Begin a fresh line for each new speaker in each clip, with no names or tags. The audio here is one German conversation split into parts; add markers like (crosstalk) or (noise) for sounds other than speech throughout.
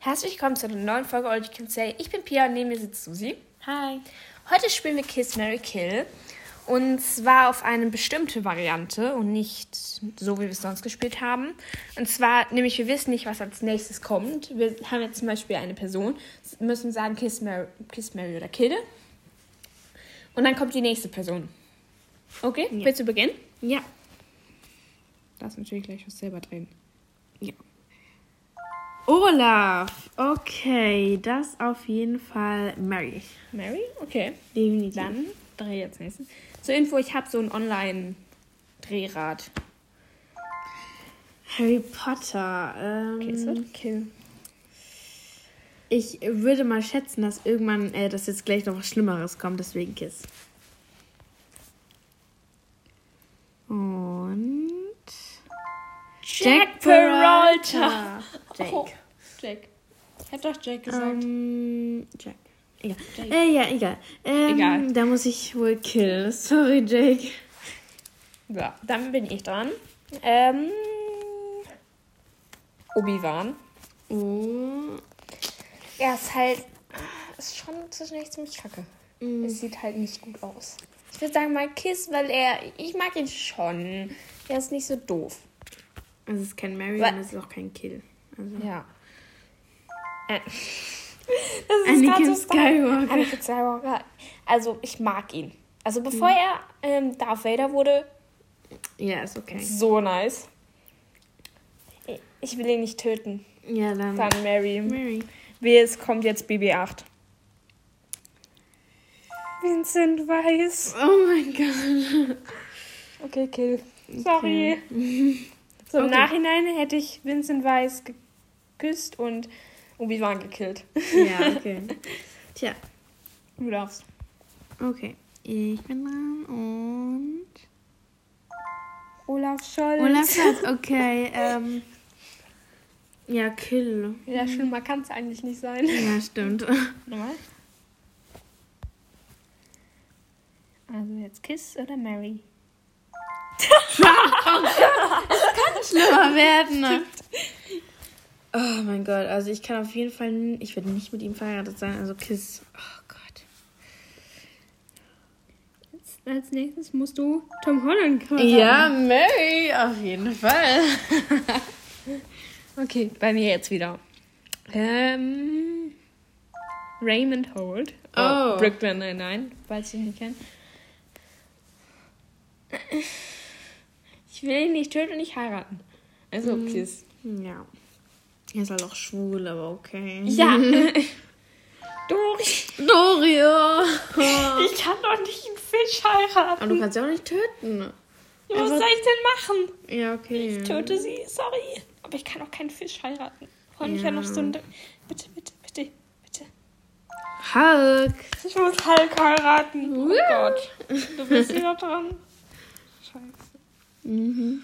Herzlich willkommen zu einer neuen Folge All You Can Say. Ich bin Pia und neben mir sitzt Susi.
Hi.
Heute spielen wir Kiss, Mary Kill. Und zwar auf eine bestimmte Variante und nicht so, wie wir es sonst gespielt haben. Und zwar, nämlich, wir wissen nicht, was als nächstes kommt. Wir haben jetzt zum Beispiel eine Person, müssen sagen Kiss, Mary, Kiss, Mary oder Kill. Und dann kommt die nächste Person. Okay, willst du beginnen?
Ja.
Darfst natürlich gleich was selber drehen.
ja. Olaf. Okay, das auf jeden Fall Mary.
Mary? Okay.
Definitiv.
Dann drehe jetzt nächstes. Zur Info, ich habe so ein Online-Drehrad.
Harry Potter. Ähm,
Okay, es wird Mm, Kill.
ich würde mal schätzen, dass irgendwann, äh, dass jetzt gleich noch was Schlimmeres kommt, deswegen Kiss. Und
Jack Peralta.
Jake.
Oh, Jack. Ich hab doch Jack gesagt.
Ähm, Jack. Egal.
Jake.
Äh, ja, egal. Ähm,
Egal.
Da muss ich wohl killen. Sorry, Jake.
Ja, dann bin ich dran. Ähm, Obi-Wan.
Oh.
Er ist halt. Ist schon zwischendurch ziemlich kacke. Es sieht halt nicht gut aus. Ich würde sagen, mal Kiss, weil er. Ich mag ihn schon. Er ist nicht so doof.
Es ist kein Mary
Wa-
und es ist auch kein Kill. Also.
Ja. Äh, (laughs) das
Anakin
grad Star-
Skywalker.
Anakin Skywalker. Also, ich mag ihn. Also, bevor
Mhm.
er ähm, Darth Vader wurde,
Ja, ist okay.
so nice. Ich will ihn nicht töten.
Ja, dann.
Dann Mary.
Mary.
Wie es kommt jetzt BB8. Vincent Weiß.
Oh mein Gott.
Okay, kill. Sorry. (laughs) So im
Okay.
Nachhinein hätte ich Vincent Weiß geküsst und Obi-Wan gekillt.
(laughs) ja, okay. (laughs) Tja,
Du darfst.
okay. Ich bin dran und.
Olaf Scholz.
Olaf Schatz, okay. Ähm, ja, Kill.
Ja, schlimmer kann es eigentlich nicht sein.
Ja, (laughs) stimmt.
Nochmal. Also jetzt Kiss oder Mary?
schlimmer werden. ne? Oh mein Gott, also ich kann auf jeden Fall, n- ich werde nicht mit ihm verheiratet sein, also Kiss. Oh Gott.
Als nächstes musst du Tom Holland
Mary, auf jeden Fall.
(laughs) Okay, bei mir jetzt wieder. Ähm, Raymond Holt.
Oh.
Brooklyn 99, falls ich ihn nicht kenne. Ich will ihn nicht töten und nicht heiraten. Also
Mhm.
Kiss.
Ja. Er ist halt auch schwul, aber okay.
Ja. (laughs) Dori,
Dorio!
ich kann doch nicht einen Fisch heiraten.
aber du kannst ja auch nicht töten.
Was soll ich denn machen?
Ja, okay.
Ich töte sie, sorry. Aber ich kann auch keinen Fisch heiraten. Vor allem, ich
Ja.
habe noch so ein... Bitte, bitte, bitte, bitte.
Hulk!
Ich muss Hulk heiraten. Oh
Ja.
Gott. Du bist wieder dran. Scheiße.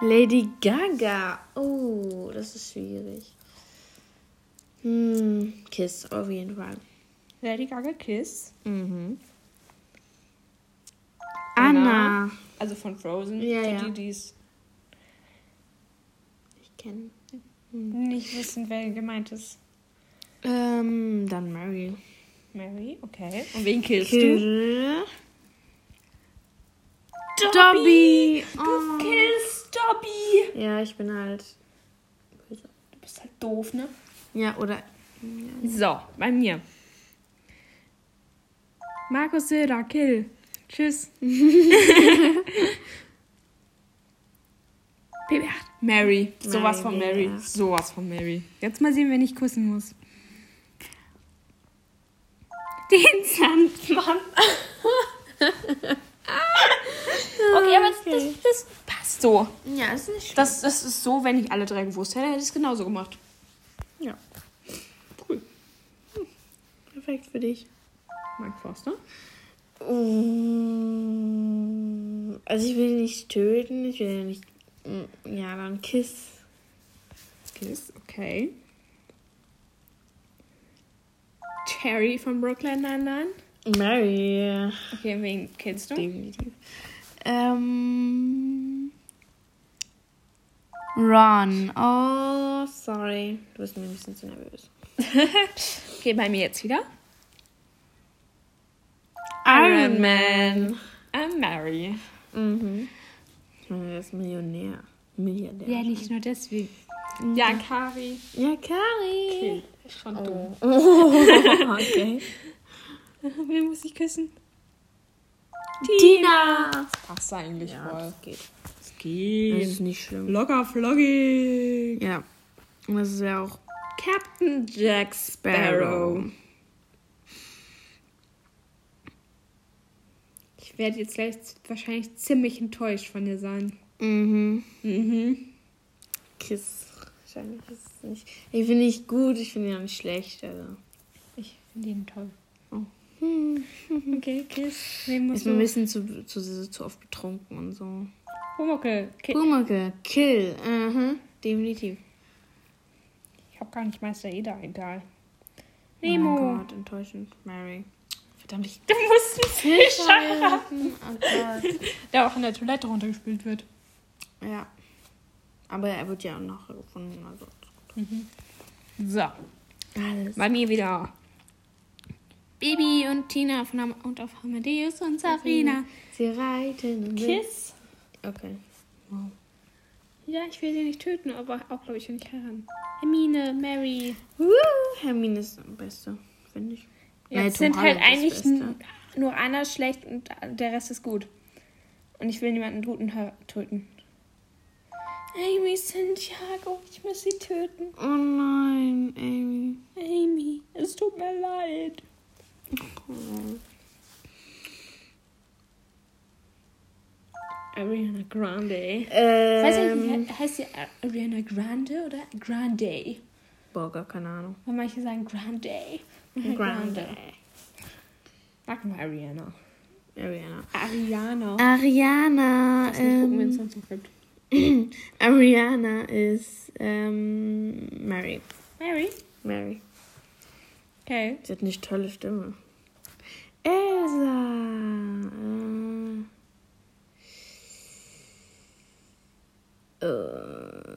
Lady Gaga. Oh, das ist schwierig. Hm, Kiss, auf jeden Fall.
Lady Gaga Kiss.
Mhm.
Anna.
Anna.
Also von Frozen.
Ja,
die,
ja.
die die es
Ich kenne.
nicht wissen, wer gemeint ist.
Ähm, dann Mary.
Mary, okay. Und wen killst
Kill. Oh.
du?
Dobby.
Du
Oh.
killst Dobby.
Ja, ich bin halt.
Du bist halt doof, ne?
Ja, oder.
So, bei mir. Markus Söder, kill. (laughs) Tschüss. BB8. Mary. Sowas von Mary.
ja.
Sowas von Mary. Jetzt mal sehen, wen ich kussen muss. Den Sandmann. okay, aber das, das, das passt so.
Ja, ist nicht
Das, das ist so, wenn ich alle drei gewusst hätte, hätte ich es genauso gemacht.
Ja,
Cool.
perfekt für dich.
Mike Forster.
Mm, Also ich will ihn nicht töten, ich will ihn nicht. Mm, Ja, dann Kiss.
Kiss, okay. Cherry von Brooklyn Nine-Nine.
Mary.
Okay, wen
Hm?
kennst du?
Definitiv. Ähm. Ron. Oh, sorry. Du bist mir ein bisschen zu nervös.
Okay, bei mir jetzt wieder.
Iron Man.
I'm Ah, Mary.
Mhm. Er ist Millionär. Milliardär.
Ja, nicht nur deswegen. Ja,
Mhm.
Kari.
Ja, Kari.
Äh, Schon
Oh. oh, (laughs) okay.
(laughs) Wen muss ich küssen?
Tina.
Passt eigentlich
Ja,
voll. Also,
das geht.
Es
Das
geht.
ist nicht schlimm.
Locker floggig.
Ja. Und das ist ja auch
Captain Jack Sparrow.
Sparrow.
Ich werde jetzt gleich wahrscheinlich ziemlich enttäuscht von dir sein.
Mhm.
Mhm.
Kiss. Wahrscheinlich ist es nicht. Ich finde ihn gut, ich finde ihn auch nicht schlecht. Also.
Ich finde ihn toll.
Oh.
(laughs) Hm, Okay, Kiss. Wen musst
Ist mir ein
du?
bisschen zu, zu, zu oft betrunken und so.
Pumuckl. Ki-
Boomerke, Kill. Mhm. Definitiv.
Ich hab gar nicht Meister Eder, egal.
Oh
Nemo.
mein Gott, enttäuschend. Mary.
(laughs)
Verdammt, ich
du musst einen Fisch
Fischarten. Oh Gott.
Der auch in der Toilette runtergespült wird.
Ja. Aber er wird ja auch nachgefunden. Also.
So,
Alles.
bei mir wieder. Baby und Tina von Am und auf Amadeus und Sabrina.
Sie reiten. und-
Kiss.
Okay.
Ja, ich will sie nicht töten, aber auch, glaube ich, nicht heran. Hermine, Mary.
Woo, Hermine ist am besten, finde ich.
Ja,
Nee,
es
Tom
sind halt
Holland ist
eigentlich
Beste.
n- nur einer schlecht und der Rest ist gut. Und ich will niemanden guten her- töten. Amy Santiago, ich muss sie töten.
Oh nein, Amy.
Amy, es tut mir leid.
Oh.
Ariana Grande.
Ähm,
Weiß ich nicht, he- heißt sie Ariana Grande oder Grande?
Boah, gar keine Ahnung.
Weil manche sagen Grande. (laughs) Grande. Sag mal Ariana.
Ariana.
Ariana. Ah,
Ariana.
Lass mich gucken, wenn es
Ähm,
sonst noch gibt.
(clears throat) Ariana ist ähm, Mary.
Mary?
Mary.
Okay.
Sie hat eine tolle Stimme. Elsa. Äh. Äh,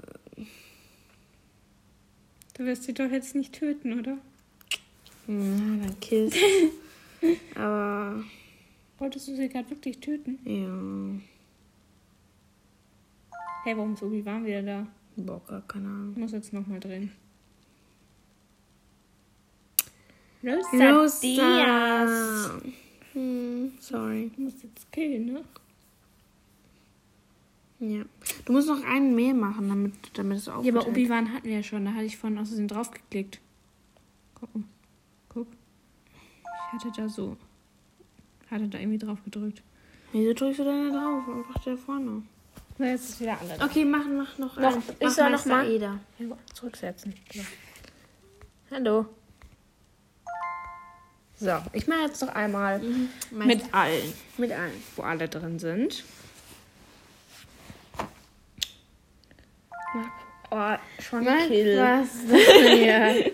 Du wirst sie doch jetzt nicht töten, oder?
na, dann Kiss. (laughs) Aber,
Wolltest du sie gerade wirklich töten?
ja.
Hey, warum ist Obi-Wan wieder da?
Boah, gar keine Ahnung.
Ich muss jetzt nochmal drehen. Rosa, Diaz.
Rosa. Hm, sorry.
Du musst jetzt killen, ne?
Ja. Du musst noch einen mehr machen, damit, damit es auch.
Ja, aber Obi-Wan hatten wir ja schon. Da hatte ich vorhin aus Versehen draufgeklickt. Guck. mal. Guck. Ich hatte da so. Hatte da irgendwie drauf gedrückt.
Wieso drückst du denn da drauf? Einfach da vorne.
So, jetzt ist wieder anders.
Okay, mach, mach
Noch-
noch einen.
ist
mach
da noch
Meister
mal?
Eder.
Zurücksetzen. Hallo. So, ich mache jetzt noch einmal
Mhm. Meister-
mit allen,
mit allen.
wo alle drin sind. Oh, schon (laughs) Kill.
Was ist das denn hier?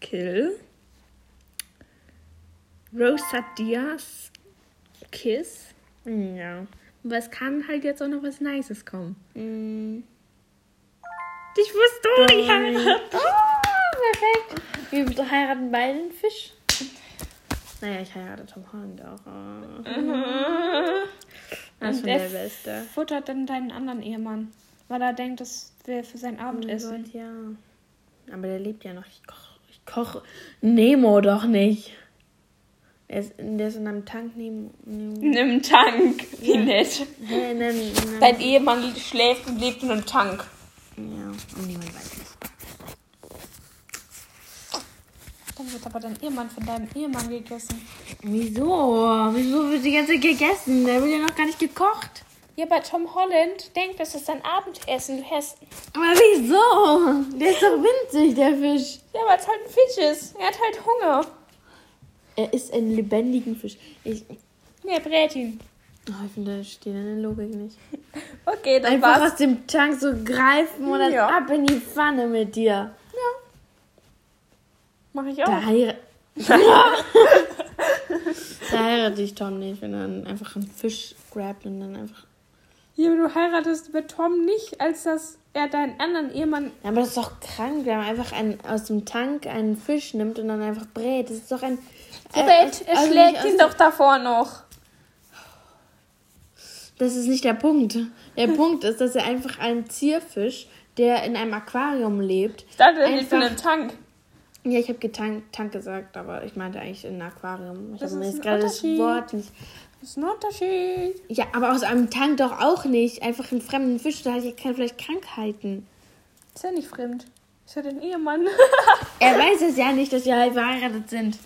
Kill. Rosa Diaz. Kiss.
ja.
Aber es kann halt jetzt auch noch was Nices kommen.
Mm.
Ich wusste, du
Bye.
ich heirate. Ah,
perfekt. Wir heiraten beide einen Fisch. Naja, ich heirate Tom Holland auch. Mhm. Das ist
Und
schon der
der
Beste.
Futtert dann deinen anderen Ehemann, weil er denkt, das wäre für sein Abendessen.
Gott, ja. Aber der lebt ja noch. Ich koche. Ich koche. Nemo doch nicht. Der ist, der ist in einem Tank Nemo. Nemo.
einem Tank. Wie nett.
Hä, in einem, in
Dein
einem,
Ehemann schläft und lebt in einem Tank.
ja, und niemand weiß es.
Dann wird aber dein Ehemann von deinem Ehemann gegessen.
Wieso? Wieso wird die ganze Zeit gegessen? Der wird ja noch gar nicht gekocht.
Ja, aber Tom Holland denkt, das ist sein Abendessen. Du hast.
Aber wieso? Der ist doch winzig, der Fisch.
Ja, weil es halt ein Fisch ist. Er hat halt Hunger.
Er ist ein lebendigen Fisch. Ich,
Ja, brät ihn.
oh, ich finde, da steht eine Logik nicht.
Okay, dann
Einfach
war's.
aus dem Tank so greifen und dann
Ja.
ab in die Pfanne mit dir.
Ja. Mach ich auch.
Da,
(laughs)
heira da heirate ich Tom nicht, wenn er dann einfach einen Fisch grabt und dann einfach
Ja, aber du heiratest mit Tom nicht, als dass er deinen anderen Ehemann.
Ja, aber das ist doch krank, wenn man einfach einen, aus dem Tank einen Fisch nimmt und dann einfach brät. Das ist doch ein.
Brett, er
also
schlägt
nicht
ihn
aus-
doch davor noch.
Das ist nicht der Punkt. Der Punkt ist, dass er einfach einen Zierfisch, der in einem Aquarium lebt.
Ich dachte, er liegt in
Einfach-
einem Tank.
Ja, ich habe getankt Tank gesagt, aber ich meinte eigentlich in ein Aquarium. Ich
Das
habe mir
ist
jetzt
ein
gerade das
Unterschied.
Wort nicht.
Das ist ein Unterschied.
Ja, aber aus einem Tank doch auch nicht. Einfach einen fremden Fisch, da hat er keine- vielleicht Krankheiten.
Ist ja nicht fremd. Ist ja dein Ehemann.
Er weiß es ja nicht, dass wir halt verheiratet sind.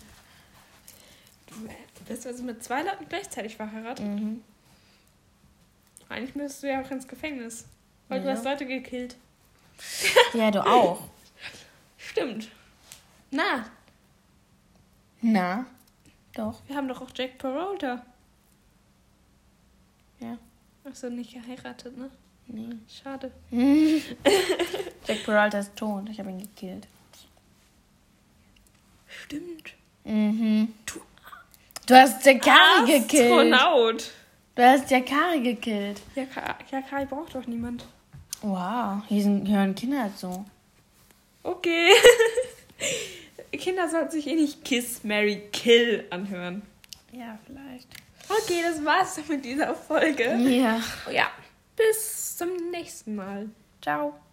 (laughs) Das also mit zwei Leuten gleichzeitig verheiratet. Eigentlich müsstest du ja auch ins Gefängnis. Weil du
Ja.
hast Leute gekillt.
Ja, du auch.
Stimmt. Na,
Na, doch.
wir haben doch auch Jack Peralta.
Ja.
Achso, Also nicht geheiratet, ne?
Nee.
Schade.
Jack Peralta ist tot. Ich habe ihn gekillt.
Stimmt.
Mhm. Du hast Jakari gekillt.
Astronaut.
Du hast Jakari gekillt.
Ja, Ka ja, Kai braucht doch niemand.
Wow, hier sind, hören Kinder so.
Okay. (laughs) Kinder sollten sich eh nicht Kiss, Mary, Kill anhören.
Ja, vielleicht.
Okay, das war's dann mit dieser Folge.
Ja.
Ja, bis zum nächsten Mal. Ciao.